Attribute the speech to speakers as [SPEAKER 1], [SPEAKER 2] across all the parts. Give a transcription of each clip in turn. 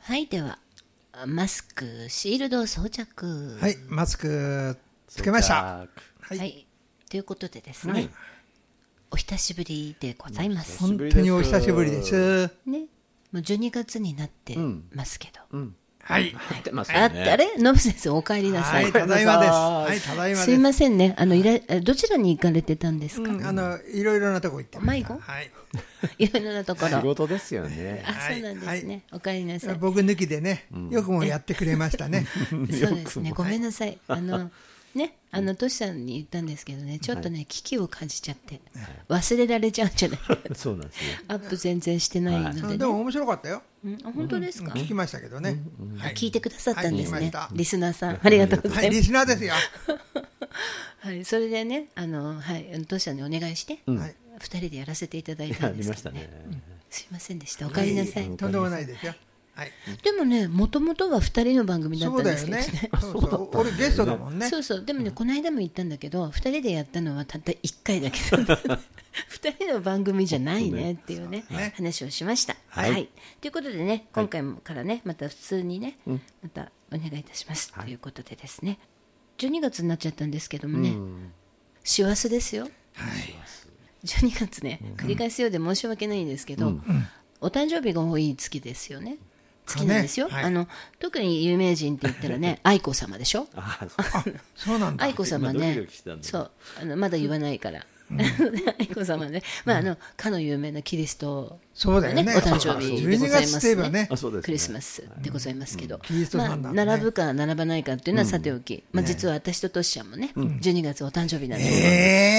[SPEAKER 1] はいではマスクシールド装着
[SPEAKER 2] はい、マスクつけました。
[SPEAKER 1] はい、ということでですね、
[SPEAKER 3] はい
[SPEAKER 1] お久しぶりでございます、
[SPEAKER 2] 本当にお久しぶりです。
[SPEAKER 1] ねもう12月になって
[SPEAKER 3] ん
[SPEAKER 1] ますけど、
[SPEAKER 2] はい。
[SPEAKER 3] 入ってます
[SPEAKER 1] あ
[SPEAKER 3] よ
[SPEAKER 1] っ
[SPEAKER 3] ね
[SPEAKER 1] たれノブ先生お帰りなさ、
[SPEAKER 2] はいい、ただいまです。
[SPEAKER 3] ご
[SPEAKER 2] はい、ただいますで
[SPEAKER 1] い
[SPEAKER 2] す。
[SPEAKER 1] ませんねあのいらえどちらに行かれてたんですか、
[SPEAKER 2] うんあの、いろいろなとこ行ってました
[SPEAKER 1] 迷子
[SPEAKER 2] はい。
[SPEAKER 1] いろいろなところ
[SPEAKER 3] 仕事ですよね
[SPEAKER 1] あそうなんですね、お帰りなさい
[SPEAKER 2] 僕抜きでね、よくもやってくれました ね。
[SPEAKER 1] そうですね。ごめんなさい。あのね、あのトシさんに言ったんですけどね、ちょっとね危機を感じちゃって忘れられちゃうんじゃないか。
[SPEAKER 3] そうなんですよ
[SPEAKER 1] アップ全然してないので
[SPEAKER 2] うん
[SPEAKER 1] ね。
[SPEAKER 2] でも面白かったよ。
[SPEAKER 1] うんあ本当ですか。
[SPEAKER 2] 聞きましたけどね。
[SPEAKER 1] あ聞いてくださったんです
[SPEAKER 2] はい聞
[SPEAKER 1] ね
[SPEAKER 2] きました。
[SPEAKER 1] リスナーさんあ りがとうござ
[SPEAKER 2] はいい、
[SPEAKER 1] ます。
[SPEAKER 2] リスナーですよ。
[SPEAKER 1] はい、それでね、あのはい、あのトシさんにお願いして
[SPEAKER 2] はい
[SPEAKER 1] 二人でやらせていただいた
[SPEAKER 3] や
[SPEAKER 1] んで
[SPEAKER 3] り
[SPEAKER 1] す
[SPEAKER 3] ま
[SPEAKER 1] け
[SPEAKER 3] し
[SPEAKER 1] ど
[SPEAKER 3] たね
[SPEAKER 1] ね。すいませんでした。お帰りなさい
[SPEAKER 2] え。とんでもないですよ。はい。
[SPEAKER 1] でもね、もともとは二人の番組だっ
[SPEAKER 2] そ
[SPEAKER 1] た
[SPEAKER 2] うんだ
[SPEAKER 1] で
[SPEAKER 2] よ
[SPEAKER 1] すけど
[SPEAKER 2] ね
[SPEAKER 1] ね。。
[SPEAKER 2] そうそう。俺ゲストだもんね。
[SPEAKER 1] そうそうでもね、この間も言ったんだけど2人でやったのはたった1回だけ ど二人の番組じゃないねっていうね
[SPEAKER 2] ね
[SPEAKER 1] 話をしました。は、
[SPEAKER 3] はいい
[SPEAKER 1] ということでね今回もからねまた普通にね、またお願いいたします、ということでですね12月になっちゃったんですけどもね師走ですよ。12月ね繰り返すようで申し訳ないんですけど、お誕生日が多い月ですよね。月なんですよ、
[SPEAKER 2] かねはい
[SPEAKER 1] あの特に有名人って言ったら ね愛子様でしょ
[SPEAKER 3] あそう
[SPEAKER 2] そうなんだ
[SPEAKER 1] 愛。子様
[SPEAKER 3] 今ドキ
[SPEAKER 1] ね
[SPEAKER 3] ドキしてたんだ、け
[SPEAKER 1] そ
[SPEAKER 3] ど
[SPEAKER 1] うあのまだ言わないから、 愛子様ね、まああのかの有名なキリスト
[SPEAKER 2] そうだよね
[SPEAKER 1] お誕生日でご
[SPEAKER 2] 12
[SPEAKER 1] ざいま
[SPEAKER 2] 月とい
[SPEAKER 1] す
[SPEAKER 2] えばね
[SPEAKER 1] ね
[SPEAKER 3] あ。そうですね
[SPEAKER 1] クリスマスでございますけど、
[SPEAKER 2] キリスト
[SPEAKER 1] ま
[SPEAKER 2] さ
[SPEAKER 1] あ
[SPEAKER 2] んだもんね
[SPEAKER 1] 並ぶか並ばないかっていうのはさておき、まあ実は私とトシちゃんもね、12月お誕生日なんです。
[SPEAKER 2] え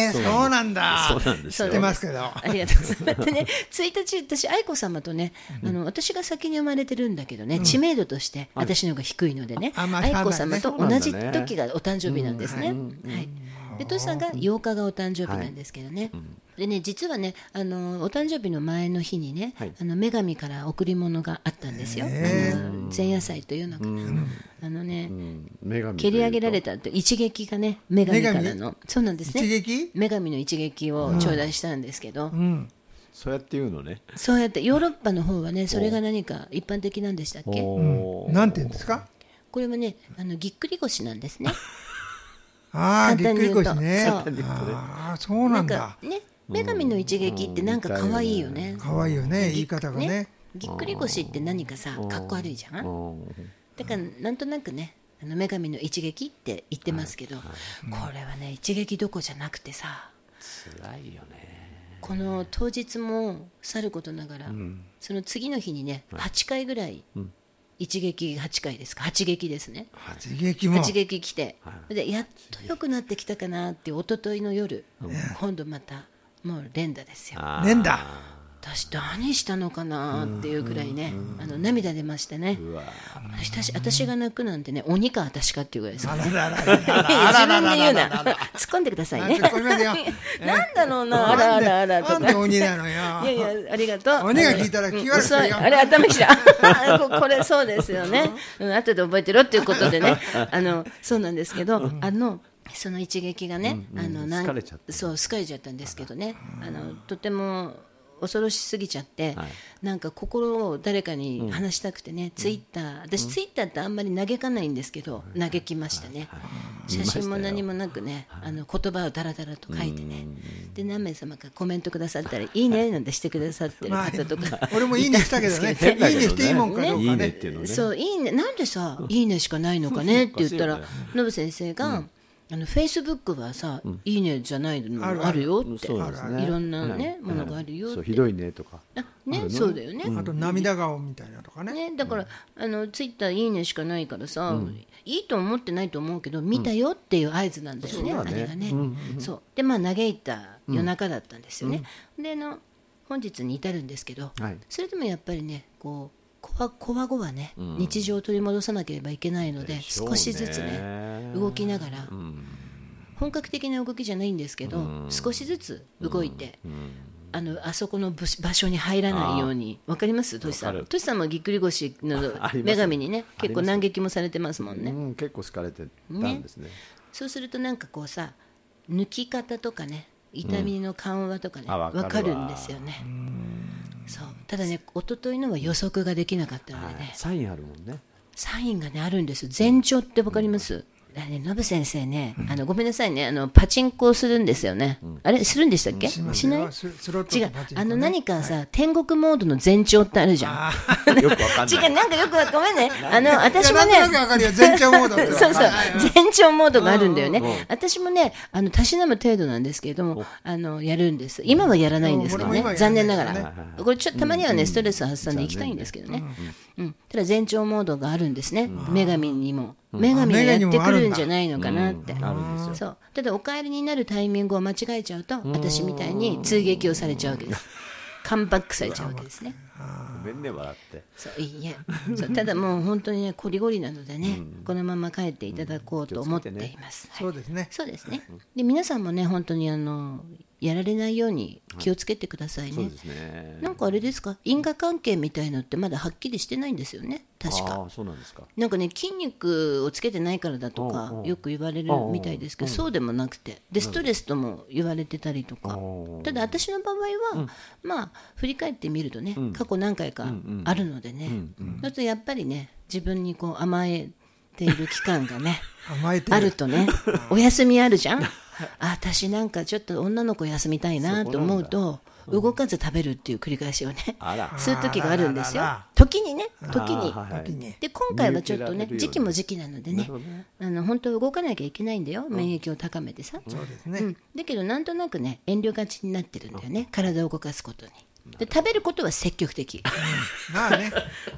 [SPEAKER 2] え、そうなんだ。
[SPEAKER 3] そうなんです
[SPEAKER 1] そう
[SPEAKER 3] よ
[SPEAKER 2] 知ってますけど。
[SPEAKER 1] ありがとうございます。でね、1日、私、愛子様とね、あの、私が先に生まれてるんだけどね、知名度として、私の方が低いのでね、
[SPEAKER 2] あまあ
[SPEAKER 1] 愛子様と同じ
[SPEAKER 3] そうなんだね
[SPEAKER 1] 時がお誕生日なんですね。はい。で、トシさんが8日がお誕生日なんですけどね。でね、実はね、あの、お誕生日の前の日にね
[SPEAKER 3] はい、
[SPEAKER 1] あの、女神から贈り物があったんですよ。あの前夜祭というのかな。あのね、
[SPEAKER 3] 女神
[SPEAKER 1] 蹴り上げられたって一撃がね女神から
[SPEAKER 2] 女
[SPEAKER 1] のそうなんですね
[SPEAKER 2] 一撃
[SPEAKER 1] 女神の一撃を頂戴したんですけど、
[SPEAKER 3] そうやって言うのね
[SPEAKER 1] そうやってヨーロッパの方はねそれが何か一般的なんでしたっけ
[SPEAKER 3] おー
[SPEAKER 2] なんて言うんですか
[SPEAKER 1] これはねあのぎっくり腰なんですね
[SPEAKER 2] あ
[SPEAKER 1] 簡
[SPEAKER 2] あ、ぎっ
[SPEAKER 1] 単に
[SPEAKER 2] く
[SPEAKER 1] 言
[SPEAKER 2] り
[SPEAKER 1] うと
[SPEAKER 2] 腰ね。
[SPEAKER 1] そう
[SPEAKER 2] ああ、そうなんだ
[SPEAKER 1] か。ね女神の一撃ってなんか可愛いよね
[SPEAKER 2] 可愛いよね、言い方がね。
[SPEAKER 1] ぎっくり腰って何かさかっこ悪いじゃん
[SPEAKER 3] おー
[SPEAKER 1] だからなんとなくねあの女神の一撃って言ってますけど、これはね一撃どこじゃなくてさ
[SPEAKER 3] 辛いよね
[SPEAKER 1] この当日もさることながら、その次の日にね8回ぐらい、一撃8回ですか8撃ですね
[SPEAKER 2] 一撃も。
[SPEAKER 1] 八撃来て、でやっと良くなってきたかなっていう一昨日の夜、今度またもう連打ですよ
[SPEAKER 3] あー
[SPEAKER 2] ねんだ。
[SPEAKER 1] 私何したのかなっていうくらいね、あの涙出ましたね
[SPEAKER 3] うわ
[SPEAKER 1] 私私が泣くなんてね鬼か私かっていうぐらいです
[SPEAKER 2] あ
[SPEAKER 1] からら
[SPEAKER 2] ららららら
[SPEAKER 1] 自分で言うな
[SPEAKER 2] あらららららら
[SPEAKER 1] 突っ込んでくださいね
[SPEAKER 2] 突っ込みますよ
[SPEAKER 1] なんだろうなあらあらあらとか
[SPEAKER 2] なんで鬼なの
[SPEAKER 1] いやい
[SPEAKER 2] よ。
[SPEAKER 1] や、ありがとう。
[SPEAKER 2] 鬼が聞いたら気悪くするよ
[SPEAKER 1] うん嘘あれ、頭きた。 ここれ、そうですよね。うん、後で覚えてろっていうことでね。あの、そうなんですけど、あの、その一撃がね、あの、なん
[SPEAKER 3] 好かれちゃった
[SPEAKER 1] そう、好かれちゃったんですけどね。あの、とても。恐ろしすぎちゃって、
[SPEAKER 3] はい
[SPEAKER 1] なんか心を誰かに話したくてね、ツイッター私、ツイッターってあんまり嘆かないんですけど、嘆きましたね、写真も何もなくね、あの言葉をだらだらと書いてね、で何名様かコメントくださったら、いいねなんてしてくださってる方とか、
[SPEAKER 2] 俺もいいねしたけ どね。いい
[SPEAKER 3] 変だけどね
[SPEAKER 2] ねしていいもんかどう
[SPEAKER 3] い
[SPEAKER 2] か
[SPEAKER 3] いね
[SPEAKER 2] ね。
[SPEAKER 3] っていうのね
[SPEAKER 1] そういいねなんでさ「いいね」しかないのかねって言った
[SPEAKER 3] お
[SPEAKER 1] ら
[SPEAKER 3] かし
[SPEAKER 1] ノブ先生が「あのフェイスブックはさ、いいねじゃないの
[SPEAKER 2] ある
[SPEAKER 1] も
[SPEAKER 2] ある
[SPEAKER 1] あるよ」って
[SPEAKER 3] そうですね
[SPEAKER 1] いろんなね
[SPEAKER 3] はい
[SPEAKER 1] ものがあるよ
[SPEAKER 3] そう
[SPEAKER 1] って
[SPEAKER 3] ひどいねとか
[SPEAKER 1] あねそうだよね
[SPEAKER 2] あと涙顔みたいなのとかね。
[SPEAKER 1] ねだからあのツイッター「いいね」しかないからさいいと思ってないと思うけど見たよっていう合図なんだよね
[SPEAKER 3] そう
[SPEAKER 1] あ
[SPEAKER 3] だね
[SPEAKER 1] れがねそうでまあ嘆いた夜中だったんですよねであの本日に至るんですけど
[SPEAKER 3] はい
[SPEAKER 1] それでもやっぱりねこうこわこわごわね、日常を取り戻さなければいけないので
[SPEAKER 3] でしょう
[SPEAKER 1] 少
[SPEAKER 3] ね
[SPEAKER 1] しずつね動きながら、本格的な動きじゃないんですけど、少しずつ動いて、あのあそこのぶし場所に入らないようにわかりますトシさ
[SPEAKER 3] わか
[SPEAKER 1] ん
[SPEAKER 3] る
[SPEAKER 1] トシさんもぎっくり腰の
[SPEAKER 3] あありま
[SPEAKER 1] 女
[SPEAKER 3] す
[SPEAKER 1] 神にね結構
[SPEAKER 3] あります
[SPEAKER 1] 難撃もされてますもん
[SPEAKER 3] う
[SPEAKER 1] ね、
[SPEAKER 3] ん結構好かれてたんですね
[SPEAKER 1] そうするとなんかこうさ抜き方とかね痛みの緩和とかね、
[SPEAKER 3] あ
[SPEAKER 1] わ
[SPEAKER 3] わかるわ
[SPEAKER 1] かるんですよねそうただね一昨日のは予測ができなかったので
[SPEAKER 3] はい
[SPEAKER 1] ね、
[SPEAKER 3] サインあるもんね
[SPEAKER 1] サインがねあるんです前兆ってわかります、あれねノブ先生ね、あのごめんなさいねあのパチンコをするんですよね、あれするんでしたっけ、
[SPEAKER 2] ませ
[SPEAKER 1] し
[SPEAKER 2] ん
[SPEAKER 1] ない
[SPEAKER 2] ススロット
[SPEAKER 1] 違
[SPEAKER 2] と
[SPEAKER 1] う
[SPEAKER 2] パチンコね
[SPEAKER 1] あの何かさ、天国モードの前兆ってあるじゃん
[SPEAKER 3] よくわかん
[SPEAKER 1] 違
[SPEAKER 3] な
[SPEAKER 1] う
[SPEAKER 3] い
[SPEAKER 1] なんかよくわごめんねあの私も
[SPEAKER 2] なん
[SPEAKER 1] ね
[SPEAKER 2] となくわかるよ全長モードって
[SPEAKER 1] そうそう
[SPEAKER 2] はいはいはい、
[SPEAKER 1] 全長モードがあるんだよね
[SPEAKER 3] うんうん。
[SPEAKER 1] 私もね、あの、たしなむ程度なんですけれども、あの、やるんです。今はやらないんですけど
[SPEAKER 2] うん俺も今
[SPEAKER 1] ね。
[SPEAKER 2] やら
[SPEAKER 1] 残
[SPEAKER 2] な
[SPEAKER 1] 念なが
[SPEAKER 2] いね
[SPEAKER 1] ら
[SPEAKER 3] はいは。い
[SPEAKER 1] これ、ちょたまにはね、ストレス発散で行きたいんですけどね。うん。ただ、全長モードがあるんですね。女神にも。女神がやってくるんじゃないのかなって
[SPEAKER 3] うん。あるんです
[SPEAKER 1] そ
[SPEAKER 3] よ
[SPEAKER 1] う。ただ、お帰りになるタイミングを間違えちゃうと、私みたいに追撃をされちゃうわけです。カムバックされちゃうわけですね。
[SPEAKER 3] ごめんね笑って
[SPEAKER 1] そういいえそうただもう本当にねこりごりなのでね、このまま帰っていただこうと思っています、はい
[SPEAKER 2] そうですね
[SPEAKER 1] そうですねで皆さんもね本当にあのやられないように気をつけてくださいね、
[SPEAKER 3] そうですね
[SPEAKER 1] なんかあれですか因果関係みたいのってまだはっきりしてないんですよね確
[SPEAKER 3] あ
[SPEAKER 1] か
[SPEAKER 3] ーそうなんですか
[SPEAKER 1] なんかね筋肉をつけてないからだと
[SPEAKER 3] うん
[SPEAKER 1] か
[SPEAKER 3] うん
[SPEAKER 1] よく言われるみたいですけど
[SPEAKER 3] うん
[SPEAKER 1] そうでもなくてでストレスとも言われてたりとか
[SPEAKER 3] うん
[SPEAKER 1] ただ私の場合はまあ振り返ってみるとね過去何回かあるのでねそうするとやっぱりね自分にこう甘えている期間が ね
[SPEAKER 2] 甘えて
[SPEAKER 1] あるとねお休みあるじゃんあ私なんかちょっと女の子休みたいなと思うと動かず食べるっていう繰り返しをね
[SPEAKER 3] あら
[SPEAKER 1] する時があるんですよ
[SPEAKER 2] あららら
[SPEAKER 1] 時にね時に
[SPEAKER 3] あーはいはい
[SPEAKER 2] 時に
[SPEAKER 1] で今回はちょっと
[SPEAKER 3] 見
[SPEAKER 1] ね
[SPEAKER 3] 受けられるように
[SPEAKER 1] 時期も時期なのでね
[SPEAKER 3] なるほどね
[SPEAKER 1] あの本当動かなきゃいけないんだよ免疫を高めてさ、うん
[SPEAKER 2] そうですね、
[SPEAKER 1] だけどなんとなくね遠慮がちになってるんだよね体を動かすことにで食べることは積極的
[SPEAKER 2] まあね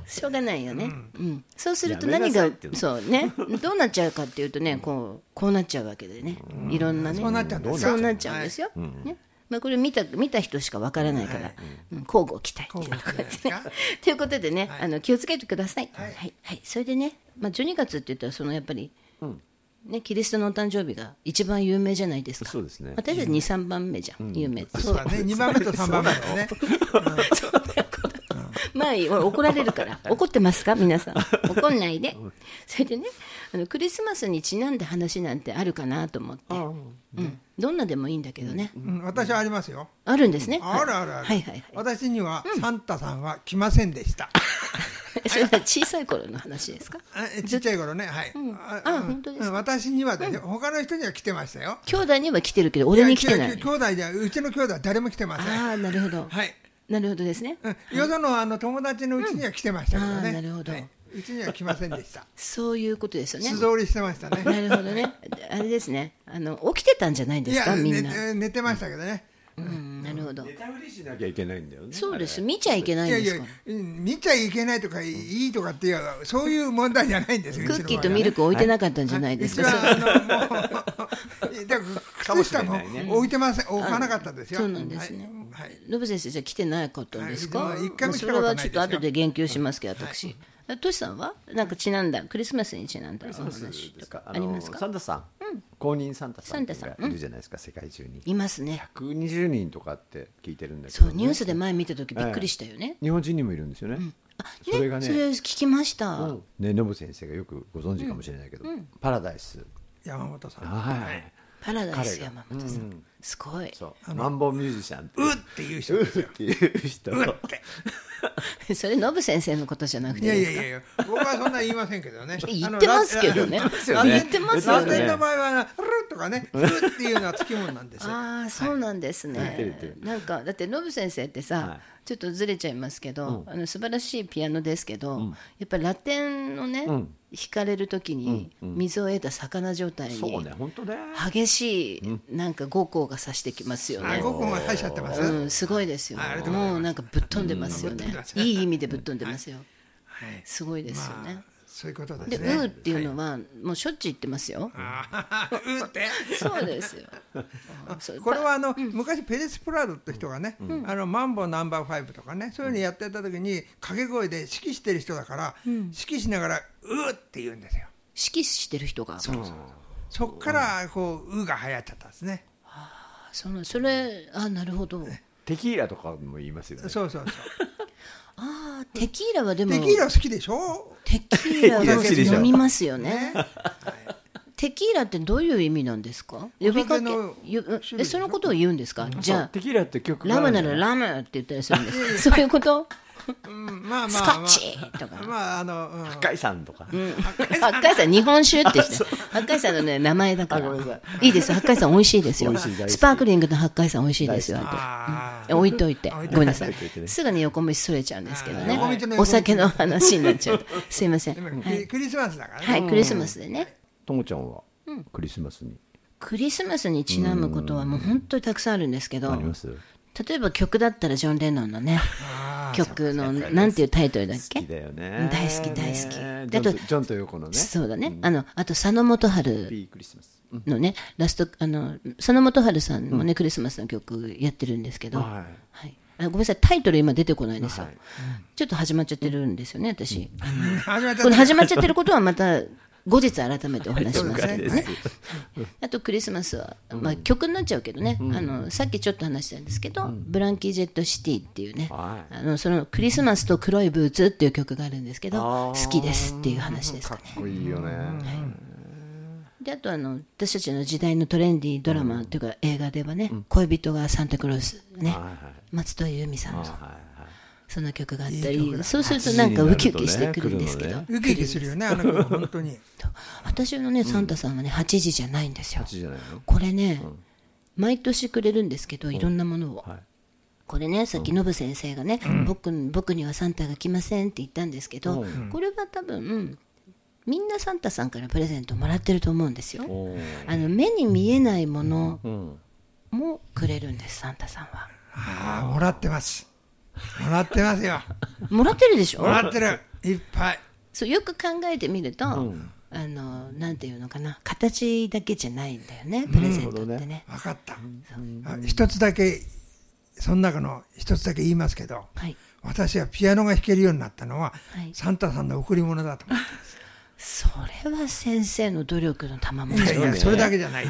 [SPEAKER 1] しょうがないよね、うんそうすると
[SPEAKER 3] やめ
[SPEAKER 1] 何
[SPEAKER 3] なさ
[SPEAKER 1] が
[SPEAKER 3] いっていうの
[SPEAKER 1] そうね どうなっちゃうかっていうとねこうこうなっちゃうわけでねいろんなね
[SPEAKER 2] そうなっちゃうんですよ
[SPEAKER 1] そうなっちゃうんですよ、ねまあ、これ見た見た人しかわからないから、うん、交互期待
[SPEAKER 2] こういうことですか
[SPEAKER 1] ということでね、あの気をつけてください。はい、はい、それでね、まあ12月って言ったらそのやっぱり、ねキリストのお誕生日が一番有名じゃないですか。
[SPEAKER 3] そうですね
[SPEAKER 1] 私たち二三番目じゃん、有名。
[SPEAKER 2] そうだね2番目と3番目だね
[SPEAKER 1] まあいい俺怒られる から怒ってますか皆さん怒んないでそれでねあのクリスマスにちなんだ話なんてあるかなと思って、うん、どんなでもいいんだけどね、
[SPEAKER 2] うん私はありますよ
[SPEAKER 1] あるんですね
[SPEAKER 2] あるあるあ
[SPEAKER 1] はい
[SPEAKER 2] る、
[SPEAKER 1] はいはい
[SPEAKER 2] 私にはサンタさんは来ませんでした、
[SPEAKER 1] それは小さい頃の話ですか
[SPEAKER 2] えちっちゃい頃ねはい、あ
[SPEAKER 1] あ
[SPEAKER 2] うん
[SPEAKER 1] 本当ですか
[SPEAKER 2] うん私にはですよ、他の人には来てましたよ
[SPEAKER 1] 兄弟には来てるけど俺に来てな
[SPEAKER 2] や
[SPEAKER 1] い
[SPEAKER 2] 兄弟じゃうちの兄弟は誰も来てません
[SPEAKER 1] ああなるほど、
[SPEAKER 2] はい、
[SPEAKER 1] なるほどですね、
[SPEAKER 2] うん、よそのあの友達のうちには来てましたけどね、
[SPEAKER 1] うんあーなるほど
[SPEAKER 2] はいうちには来ませんでした
[SPEAKER 1] そういうことですよね
[SPEAKER 2] 素通りしてましたね
[SPEAKER 1] なるほどね。あれですね。あの起きてたんじゃないで
[SPEAKER 2] い
[SPEAKER 1] す
[SPEAKER 2] や
[SPEAKER 1] か、み
[SPEAKER 2] 寝
[SPEAKER 1] んな。
[SPEAKER 2] て寝てましたけどね、
[SPEAKER 1] うん、なるほど。
[SPEAKER 3] ネタ売りしなきゃいけないんだよね
[SPEAKER 1] そうです。見ちゃいけない
[SPEAKER 2] い
[SPEAKER 1] ん
[SPEAKER 2] やい
[SPEAKER 1] で
[SPEAKER 2] や
[SPEAKER 1] すか。
[SPEAKER 2] うん見ちゃいけないとかいいとかっていうそういう問題じゃないんですよ
[SPEAKER 1] クッキーとミルク置いてなかったんじゃないです
[SPEAKER 2] 一
[SPEAKER 1] か。
[SPEAKER 2] 番
[SPEAKER 1] そう
[SPEAKER 2] あのもうだから靴下も
[SPEAKER 3] かもしれないね
[SPEAKER 2] 置いてません置かなかったですよ
[SPEAKER 1] そうなんですね
[SPEAKER 2] はいはい
[SPEAKER 1] ノブ先生じゃ来てなかったんですか。
[SPEAKER 2] はい一回も来
[SPEAKER 1] そ
[SPEAKER 2] た
[SPEAKER 1] れ
[SPEAKER 2] ことな
[SPEAKER 1] はい
[SPEAKER 2] です
[SPEAKER 1] ちょ
[SPEAKER 2] よ
[SPEAKER 1] っと後で言及しますけど、私。トシさんはなんかちなんだクリスマスにちなんだお話とかあります
[SPEAKER 3] サ
[SPEAKER 1] か。
[SPEAKER 3] ンタさん公認サンタさん
[SPEAKER 1] サンタさん
[SPEAKER 3] がいるじゃないですか世界中に
[SPEAKER 1] いますね。
[SPEAKER 3] 120人とかって聞いてるんだけど
[SPEAKER 1] そ
[SPEAKER 3] ね
[SPEAKER 1] うニュースで前見た時びっくりしたよね。
[SPEAKER 3] 日本人にもいるんですよね
[SPEAKER 1] あ
[SPEAKER 3] それがね
[SPEAKER 1] それ聞きました。
[SPEAKER 3] ねノブ先生がよくご存知かもしれないけどパラダイス
[SPEAKER 2] 山本さん
[SPEAKER 3] はい
[SPEAKER 1] パラダイス
[SPEAKER 3] 彼が
[SPEAKER 1] 山本さん。すごい。
[SPEAKER 3] そうマンボウミュージシャンって
[SPEAKER 2] うっていう人
[SPEAKER 3] う
[SPEAKER 2] です
[SPEAKER 3] っ
[SPEAKER 2] よ
[SPEAKER 3] ていう人
[SPEAKER 1] それノブ先生のことじゃなくて
[SPEAKER 2] いやい
[SPEAKER 1] です
[SPEAKER 2] や
[SPEAKER 1] か
[SPEAKER 2] い。やいや僕はそんな言いませんけどね
[SPEAKER 1] 言ってますけどね
[SPEAKER 2] あのラ
[SPEAKER 1] よね言ってますよね
[SPEAKER 2] ラテンの場合は「ル」とかね「ル」っていうのはつきものなんですよ
[SPEAKER 1] ああそうなんですね、
[SPEAKER 3] てるてる
[SPEAKER 1] なんかだってノブ先生ってさ、
[SPEAKER 3] は
[SPEAKER 1] ちょっとずれちゃいますけど、あの素晴らしいピアノですけど、やっぱりラテンのね、
[SPEAKER 3] ん
[SPEAKER 1] 弾かれる時に水を得た魚状態
[SPEAKER 3] そう
[SPEAKER 1] に
[SPEAKER 3] ね本当ね
[SPEAKER 1] 激しいなんか五光が差してきますよ
[SPEAKER 2] あ
[SPEAKER 1] ね、
[SPEAKER 2] ごくんは入っちゃってます、
[SPEAKER 1] うん、すごいですよ、
[SPEAKER 2] あありがとうございます
[SPEAKER 1] もうなんかぶっ飛んでますよ
[SPEAKER 2] うんぶ
[SPEAKER 1] ね
[SPEAKER 2] っ飛んでます、
[SPEAKER 1] いい意味でぶっ飛んでますよ、
[SPEAKER 2] はい
[SPEAKER 1] すごいですよね、
[SPEAKER 2] まあそういうこと
[SPEAKER 1] で
[SPEAKER 2] で
[SPEAKER 1] 「
[SPEAKER 2] すね
[SPEAKER 1] う」っていうのはもうしょっちゅう言ってますよ、
[SPEAKER 2] あー うって
[SPEAKER 1] そうですよあそう
[SPEAKER 2] これはあの、昔ペレス・プラードって人がね、あのマンボナンバーファイブとかねそういうのやってた時に掛け声で指揮してる人だから、指揮しながら「う」って言うんですよ
[SPEAKER 1] 指揮してる人が
[SPEAKER 2] そっからこう「う」が流行っちゃったんですね
[SPEAKER 1] そのそれあなるほど
[SPEAKER 3] テキーラとかも言いますよね
[SPEAKER 2] そうそうそう
[SPEAKER 1] あーテキーラはでも
[SPEAKER 2] テキーラ好きでしょ
[SPEAKER 1] テキーラ
[SPEAKER 3] テキーラ好きでしょ
[SPEAKER 1] 飲みますよねテキーラってどういう意味なんですか呼びかけ
[SPEAKER 2] お酒の
[SPEAKER 1] ゆ
[SPEAKER 2] 種類でしょ
[SPEAKER 1] えそのことを言うんですかじ
[SPEAKER 3] そう
[SPEAKER 1] ゃあ
[SPEAKER 3] テキーラって曲があ
[SPEAKER 1] ラム
[SPEAKER 3] るじ
[SPEAKER 1] な
[SPEAKER 3] ゃん
[SPEAKER 1] らラムって言ったりするんですかそういうこと
[SPEAKER 2] うんまあまあ
[SPEAKER 1] スコ
[SPEAKER 2] ま
[SPEAKER 1] ッ
[SPEAKER 2] あ
[SPEAKER 1] チとか
[SPEAKER 2] まああの、うん
[SPEAKER 3] 赤いさんとか、
[SPEAKER 1] 八海山日本酒って言って八海山のね名前だからいいです八海山美味しいですよ
[SPEAKER 3] 美味しい大好き
[SPEAKER 1] スパークリングの八海山美味しいですよあ
[SPEAKER 2] あ
[SPEAKER 1] と置いといて
[SPEAKER 2] 置いといて
[SPEAKER 1] ごめんなさい
[SPEAKER 3] 置いといてね
[SPEAKER 1] すぐに横道それちゃうんですけどね
[SPEAKER 2] あー横道の横道
[SPEAKER 1] お酒の話になっちゃうとすいません
[SPEAKER 2] ーで
[SPEAKER 1] は
[SPEAKER 2] もクリ
[SPEAKER 1] い
[SPEAKER 2] クリスマスだからね、
[SPEAKER 1] はいクリスマスでね
[SPEAKER 3] ともちゃんはクリスマスに
[SPEAKER 1] クリスマスにちなむことはもう本当にたくさんあるんですけど
[SPEAKER 3] あります
[SPEAKER 1] 例えば曲だったらジョン・レノンのね
[SPEAKER 2] あー
[SPEAKER 1] 曲のなんていうタイトルだっ
[SPEAKER 3] 好
[SPEAKER 1] け
[SPEAKER 3] きだよね
[SPEAKER 1] 大好き大好き
[SPEAKER 3] ねジ
[SPEAKER 1] だ
[SPEAKER 3] ョン
[SPEAKER 1] と
[SPEAKER 3] とジョンと横のね
[SPEAKER 1] そうだねあのあと佐野元春
[SPEAKER 3] ハッピークリスマス、うん
[SPEAKER 1] のねラストあの佐野元春さんもね、クリスマスの曲やってるんですけど、
[SPEAKER 3] は
[SPEAKER 1] は
[SPEAKER 3] い
[SPEAKER 1] いあごめんなさいタイトル今出てこないんですよ、
[SPEAKER 3] はい
[SPEAKER 1] ちょっと始まっちゃってるんですよね私、あの
[SPEAKER 2] 始まっちゃ
[SPEAKER 1] こ
[SPEAKER 2] っ
[SPEAKER 1] の
[SPEAKER 2] た
[SPEAKER 1] 始まっちゃってることはまた後日改めてお話し
[SPEAKER 2] そう
[SPEAKER 1] ま
[SPEAKER 2] ですす
[SPEAKER 1] け
[SPEAKER 2] ね
[SPEAKER 1] どねあとクリスマスは、まあ、曲になっちゃうけどね、あのさっきちょっと話したんですけど、ブランキー・ジェット・シティっていうね、
[SPEAKER 3] はい
[SPEAKER 1] あのそのクリスマスと黒いブーツっていう曲があるんですけど
[SPEAKER 3] あー
[SPEAKER 1] 好きですっていう話ですかね
[SPEAKER 3] かっこいいよね、
[SPEAKER 1] であとあの私たちの時代のトレンディードラマというか映画ではね、恋人がサンタクロースね、
[SPEAKER 3] はいはい
[SPEAKER 1] 松任谷由実さんの
[SPEAKER 3] はいはい
[SPEAKER 1] その曲があったりそうするとなんかウキウキしてくるんですけど、
[SPEAKER 3] 8時になる
[SPEAKER 2] ウキウキするよねあの子本当に
[SPEAKER 1] 私のねサンタさんはね8時じゃないんですよ
[SPEAKER 3] 8時じゃないの
[SPEAKER 1] これね、毎年くれるんですけどいろんなものを、
[SPEAKER 3] はい
[SPEAKER 1] これねさっきノブ先生がね、僕僕にはサンタが来ませんって言ったんですけど、これは多分みんなサンタさんからプレゼントもらってると思うんですよ
[SPEAKER 3] おー
[SPEAKER 1] あの目に見えないもの
[SPEAKER 3] うん
[SPEAKER 1] もくれるんですサンタさんは
[SPEAKER 2] ああもらってますもらってますよ
[SPEAKER 1] もらってるでしょ
[SPEAKER 2] もらってるいっぱい
[SPEAKER 1] そうよく考えてみると、
[SPEAKER 3] うん
[SPEAKER 1] あのなんていうのかな形だけじゃないんだよねプレゼントってね,、
[SPEAKER 2] 分かったあ一つだけその中の一つだけ言いますけど
[SPEAKER 1] はい
[SPEAKER 2] 私はピアノが弾けるようになったのは、
[SPEAKER 1] はい
[SPEAKER 2] サンタさんの贈り物だと思っ
[SPEAKER 1] それは先生の努力の賜物
[SPEAKER 2] ていやいやそれだけじゃない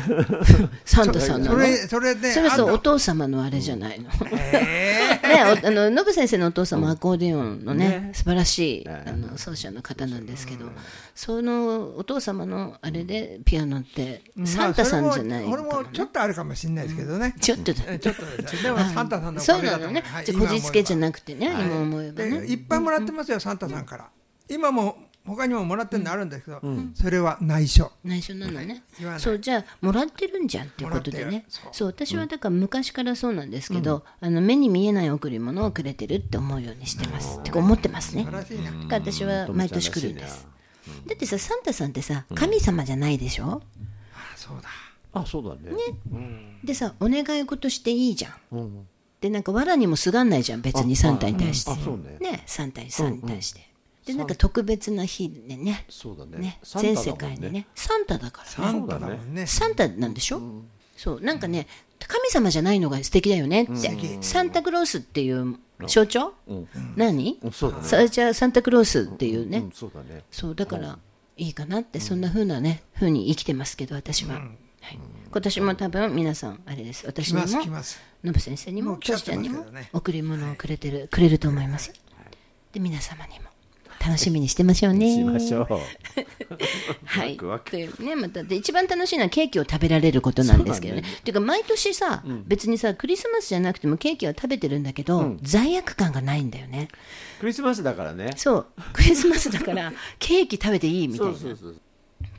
[SPEAKER 1] サンタさんな
[SPEAKER 2] そ
[SPEAKER 1] の
[SPEAKER 2] れそれで
[SPEAKER 1] それそう
[SPEAKER 2] あ
[SPEAKER 1] お
[SPEAKER 2] ん
[SPEAKER 1] 父様のあれじゃないの、
[SPEAKER 2] たえ
[SPEAKER 1] ね、おあのノブ先生のお父様はアコーディオンのね,、
[SPEAKER 3] ね
[SPEAKER 1] 素晴らしい
[SPEAKER 3] ね
[SPEAKER 1] あの奏者の方なんですけど、そのお父様のあれでピアノって
[SPEAKER 2] ー
[SPEAKER 1] サンタさんじゃない
[SPEAKER 2] まあそれも
[SPEAKER 1] か
[SPEAKER 2] 俺
[SPEAKER 1] も
[SPEAKER 2] もちょっとあるかもしれないですけどね、
[SPEAKER 1] ちょっとだ
[SPEAKER 2] えちょっとですでもサンタさんのお
[SPEAKER 1] そう
[SPEAKER 2] かげ
[SPEAKER 1] な
[SPEAKER 2] だと
[SPEAKER 1] の
[SPEAKER 2] 思う
[SPEAKER 1] ね
[SPEAKER 2] はい
[SPEAKER 1] じゃあこじつけじゃなくてね
[SPEAKER 2] 今思えば
[SPEAKER 1] 今思えば
[SPEAKER 2] はいで
[SPEAKER 1] ね
[SPEAKER 2] いっぱいもらってますよサンタさんから今も他にももらってるのあるんですけど、それは内緒
[SPEAKER 1] 内緒なのね
[SPEAKER 2] 言わない
[SPEAKER 1] そうじゃあもらってるんじゃんっていうことで
[SPEAKER 2] もらっ
[SPEAKER 1] ね
[SPEAKER 2] てるそう
[SPEAKER 1] そう私はだから昔からそうなんですけどあの目に見えない贈り物をくれてるって思うようにしてますってか思ってますね
[SPEAKER 2] 素晴らしいな、
[SPEAKER 1] だから私は毎年来るんですだってさサンタさんってさ神様じゃないでしょ
[SPEAKER 2] あそうだ
[SPEAKER 3] あそうだね
[SPEAKER 1] でさお願い事していいじゃん
[SPEAKER 3] うん
[SPEAKER 1] でなんか藁にもすがんないじゃん別にサンタに対して
[SPEAKER 3] あそうね
[SPEAKER 1] ねサンタにさんに対してでなんか特別な日でね
[SPEAKER 3] そうだね
[SPEAKER 1] ね、
[SPEAKER 3] サンタ
[SPEAKER 1] 全
[SPEAKER 3] だもん
[SPEAKER 1] 世界にねサンタだから
[SPEAKER 2] サンタだもんね
[SPEAKER 1] サンタなんでしょ、そうなんかね神様じゃないのが素敵だよねって、サンタクロースっていう象徴、何、
[SPEAKER 3] うんそうだね
[SPEAKER 1] さじゃあサンタクロースっていうね、
[SPEAKER 3] うんそうだね
[SPEAKER 1] そうだからいいかなってそんな風なね、風に生きてますけど私は、はい、今年も多分皆さんあれです私
[SPEAKER 2] 来
[SPEAKER 1] にも
[SPEAKER 2] ます来ます
[SPEAKER 1] ノブ先生にも
[SPEAKER 2] もう来ちゃ
[SPEAKER 1] ト
[SPEAKER 2] っ
[SPEAKER 1] シ
[SPEAKER 2] て
[SPEAKER 1] ちゃん
[SPEAKER 2] ます
[SPEAKER 1] に
[SPEAKER 2] けどね
[SPEAKER 1] も贈り物をくれてる、くれると思います、で皆様にも楽しみにしてましょうね
[SPEAKER 3] しましょう
[SPEAKER 1] はい、
[SPEAKER 3] ワクワク
[SPEAKER 1] というねまたで一番楽しいのはケーキを食べられることなんですけどね。
[SPEAKER 3] そうだ
[SPEAKER 1] っていうか毎年さ、別にさクリスマスじゃなくてもケーキは食べてるんだけど、罪悪感がないんだよね。
[SPEAKER 3] クリスマスだからね
[SPEAKER 1] そうクリスマスだから ケーキ食べていいみたい
[SPEAKER 3] そ
[SPEAKER 1] な
[SPEAKER 3] うそうそう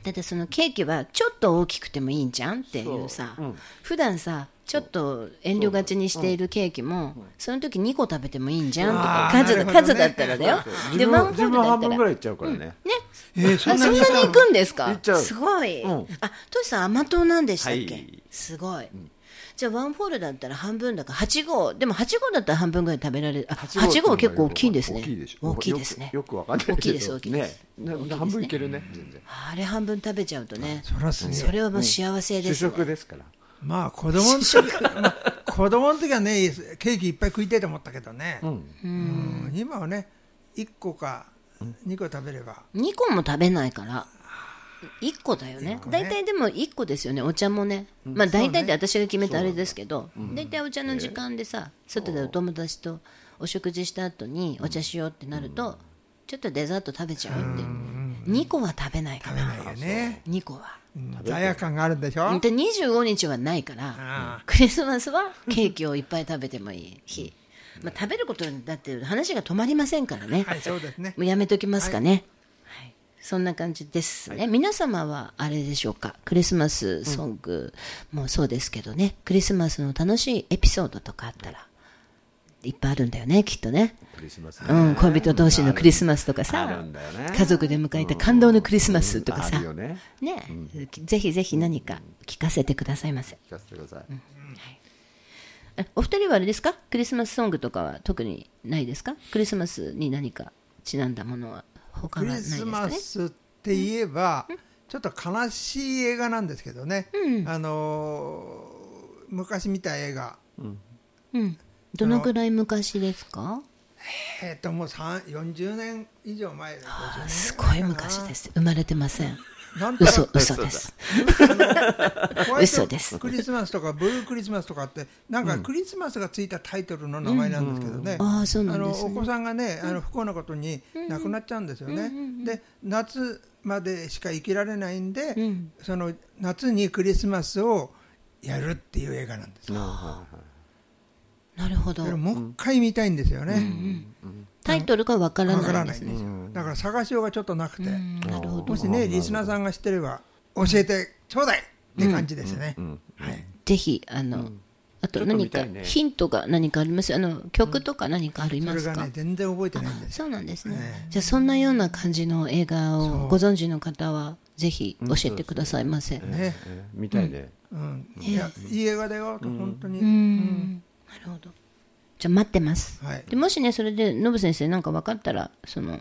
[SPEAKER 1] だってそのケーキはちょっと大きくてもいいんじゃんっていうさ普段さちょっと遠慮がちにしているケーキもその時2個食べてもいいんじゃんとか
[SPEAKER 2] あー
[SPEAKER 1] 数,、
[SPEAKER 2] なるほどね
[SPEAKER 1] 数だったらだよで
[SPEAKER 3] 自
[SPEAKER 1] ワンホー
[SPEAKER 3] 分自
[SPEAKER 1] ル
[SPEAKER 3] 分
[SPEAKER 1] だ
[SPEAKER 3] 半
[SPEAKER 1] った
[SPEAKER 3] 分
[SPEAKER 1] ら
[SPEAKER 3] ぐらいいっちゃうからね
[SPEAKER 1] ね
[SPEAKER 2] えー、そ
[SPEAKER 1] あ
[SPEAKER 2] ん
[SPEAKER 1] そ
[SPEAKER 2] なん
[SPEAKER 1] なに行くんですか
[SPEAKER 3] 行っちゃう
[SPEAKER 1] すごい、
[SPEAKER 3] うん
[SPEAKER 1] あトシさん甘党なんでしたっけ、
[SPEAKER 3] はい
[SPEAKER 1] すごい、じゃあワンフォールだったら半分だから8号でも8号だったら半分ぐらい食べられるあ8号は結構大きいんですね
[SPEAKER 3] 大きいでしょ
[SPEAKER 1] 大きいですね
[SPEAKER 3] よくよくわかんないけど
[SPEAKER 1] 大きいです大きいです
[SPEAKER 3] ね
[SPEAKER 1] 大きいですね
[SPEAKER 3] 半分いけるね全然
[SPEAKER 1] あれ半分食べちゃうとね
[SPEAKER 2] そらすげえ
[SPEAKER 1] それはもう幸せで
[SPEAKER 3] 主
[SPEAKER 1] すね、
[SPEAKER 3] 食ですから
[SPEAKER 2] まあ子供の時、 まあ、子供の時はねケーキいっぱい食いたいと思ったけどね、
[SPEAKER 3] うん
[SPEAKER 2] うん今はね1個か2個食べれば
[SPEAKER 1] 2個も食べないから1個だよね
[SPEAKER 2] 個ね
[SPEAKER 1] 大体でも1個ですよねお茶もね、まあ大体で私が決めたあれですけど、大体お茶の時間でさ外でお友達とお食事した後にお茶しようってなると、ちょっとデザート食べちゃうって、2個は食べないか
[SPEAKER 2] 食べ
[SPEAKER 1] な、
[SPEAKER 2] ないよね
[SPEAKER 1] 2個は
[SPEAKER 2] うん罪悪感があるでしょ
[SPEAKER 1] で25日はないから、
[SPEAKER 2] ああ
[SPEAKER 1] クリスマスはケーキをいっぱい食べてもいい日、まあ、食べることにだって話が止まりませんからね、
[SPEAKER 2] はいそうですね
[SPEAKER 1] もうやめときますかね、はいそんな感じですね、皆様はあれでしょうかクリスマスソングもそうですけどね、クリスマスの楽しいエピソードとかあったらいっぱいあるんだよねきっとね、
[SPEAKER 3] クリスマス
[SPEAKER 1] うん、恋人同士のクリスマスとか
[SPEAKER 3] あ
[SPEAKER 1] さ
[SPEAKER 3] るんだよね
[SPEAKER 1] 家族で迎えた感動のクリスマスとか
[SPEAKER 3] うん
[SPEAKER 1] さ、
[SPEAKER 3] あるよね
[SPEAKER 1] ね、ぜひぜひ何か聞かせてくださいませ。
[SPEAKER 3] 聞かせてください、
[SPEAKER 1] えお二人はあれですかクリスマスソングとかは特にないですかクリスマスに何かちなんだものは他
[SPEAKER 2] ク
[SPEAKER 1] はな
[SPEAKER 2] リ
[SPEAKER 1] いです
[SPEAKER 2] ス
[SPEAKER 1] か
[SPEAKER 2] マ
[SPEAKER 1] ね
[SPEAKER 2] スって言えば、ちょっと悲しい映画なんですけどね、あのー昔見た映画、
[SPEAKER 1] うんどのくらい昔ですか
[SPEAKER 2] えっともうさん40年以上前50年
[SPEAKER 1] すごい昔です生まれてません
[SPEAKER 2] なんと な
[SPEAKER 1] 嘘
[SPEAKER 2] く
[SPEAKER 1] 嘘です
[SPEAKER 2] こうやって
[SPEAKER 1] 嘘です
[SPEAKER 2] クリスマスとかブルークリスマスとかってなんかクリスマスがついたタイトルの名前なんですけどね、
[SPEAKER 1] ああそうな
[SPEAKER 2] あ
[SPEAKER 1] ん
[SPEAKER 2] の
[SPEAKER 1] です
[SPEAKER 2] お
[SPEAKER 1] ね
[SPEAKER 2] 子さんがね、あの不幸なことに亡くなっちゃうんですよね、で夏までしか生きられないんで、
[SPEAKER 1] ん
[SPEAKER 2] その夏にクリスマスをやるっていう映画なんですよ
[SPEAKER 1] なるほど
[SPEAKER 2] だからもう一回見たいんですよね、
[SPEAKER 1] タイトルがわから
[SPEAKER 2] わか
[SPEAKER 1] ない
[SPEAKER 2] ら
[SPEAKER 1] で
[SPEAKER 2] ない
[SPEAKER 1] す
[SPEAKER 2] んで
[SPEAKER 1] ね
[SPEAKER 2] すよ、だから探しようがちょっとなく
[SPEAKER 1] う
[SPEAKER 2] て、
[SPEAKER 1] んなるほど
[SPEAKER 2] もしねリスナーさんが知ってれば教えてちょうだいって感じですね、はい、
[SPEAKER 1] ぜひあの、あと何
[SPEAKER 3] ち
[SPEAKER 1] か
[SPEAKER 3] ょっと見たいね
[SPEAKER 1] ヒントが何かありますあの曲とか何かあり
[SPEAKER 2] そ
[SPEAKER 1] ま
[SPEAKER 2] れ
[SPEAKER 1] す
[SPEAKER 2] が
[SPEAKER 1] か
[SPEAKER 2] ね全然覚えてないんですよ
[SPEAKER 1] そうなんですね、じゃあそんなような感じの映画をご存知の方はぜひ教えてくださいませ、
[SPEAKER 2] ね、
[SPEAKER 3] えーみたいで、
[SPEAKER 2] うん、いやいい映画だよ、本当に、
[SPEAKER 1] うんなるほどじゃあ待ってます、
[SPEAKER 2] はい
[SPEAKER 1] でもしねそれでノブ先生なんか分かったらその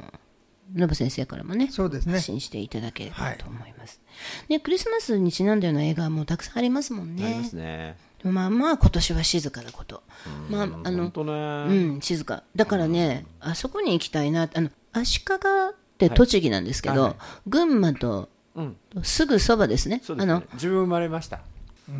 [SPEAKER 1] ノブ先生からもね
[SPEAKER 2] そうですね
[SPEAKER 1] 発信していただければと思います、ねクリスマスにちなんだような映画はもうたくさんありますもん
[SPEAKER 3] あり
[SPEAKER 1] ね
[SPEAKER 3] ますね
[SPEAKER 1] でもまあまあ今年は静かなことまああの
[SPEAKER 3] 本当ね、
[SPEAKER 1] うん、静か。だからね、あそこに行きたいな。あの、足利って栃木なんですけど、
[SPEAKER 3] はい
[SPEAKER 1] 群馬と、
[SPEAKER 3] うん
[SPEAKER 1] すぐそばですね。
[SPEAKER 3] そうで
[SPEAKER 1] あ
[SPEAKER 3] すね
[SPEAKER 1] の、
[SPEAKER 3] 自分生まれました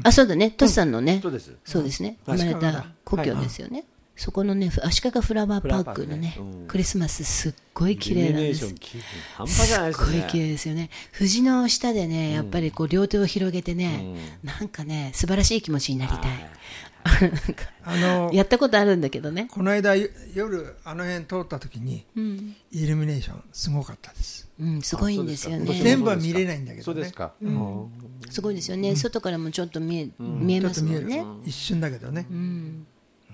[SPEAKER 1] あ、そうだね。トシさんのね、
[SPEAKER 3] そうです
[SPEAKER 1] そうですね。生
[SPEAKER 3] 足
[SPEAKER 1] ま
[SPEAKER 3] 利
[SPEAKER 1] れた故郷ですよね。そこのね、ふ足利フラワーパークのね、
[SPEAKER 3] フラワーパークねうん
[SPEAKER 1] クリスマスすっごい綺麗なんです。
[SPEAKER 3] イルミネーション綺麗半端じ
[SPEAKER 1] す
[SPEAKER 3] ゃない
[SPEAKER 1] っ
[SPEAKER 3] です
[SPEAKER 1] ご
[SPEAKER 3] ね
[SPEAKER 1] い綺麗ですよね。藤の下でね、やっぱりこう両手を広げてね、なんかね、素晴らしい気持ちになりたい。 なんか
[SPEAKER 2] あの
[SPEAKER 1] やったことあるんだけどね。
[SPEAKER 2] この間よ夜あの辺通った時に、イルミネーションすごかったです、
[SPEAKER 1] うん、すごいんですよ
[SPEAKER 3] あそう
[SPEAKER 1] ね。
[SPEAKER 3] ですか
[SPEAKER 2] 全部は見れないんだけど
[SPEAKER 3] そうで
[SPEAKER 2] ね
[SPEAKER 3] すか、うん
[SPEAKER 1] すごいですよね、外からもちょっと見え,、見え
[SPEAKER 2] ちょ
[SPEAKER 1] ま
[SPEAKER 2] っと
[SPEAKER 1] す
[SPEAKER 2] 見
[SPEAKER 1] も
[SPEAKER 2] える、
[SPEAKER 1] んね、
[SPEAKER 2] 一瞬だけどね、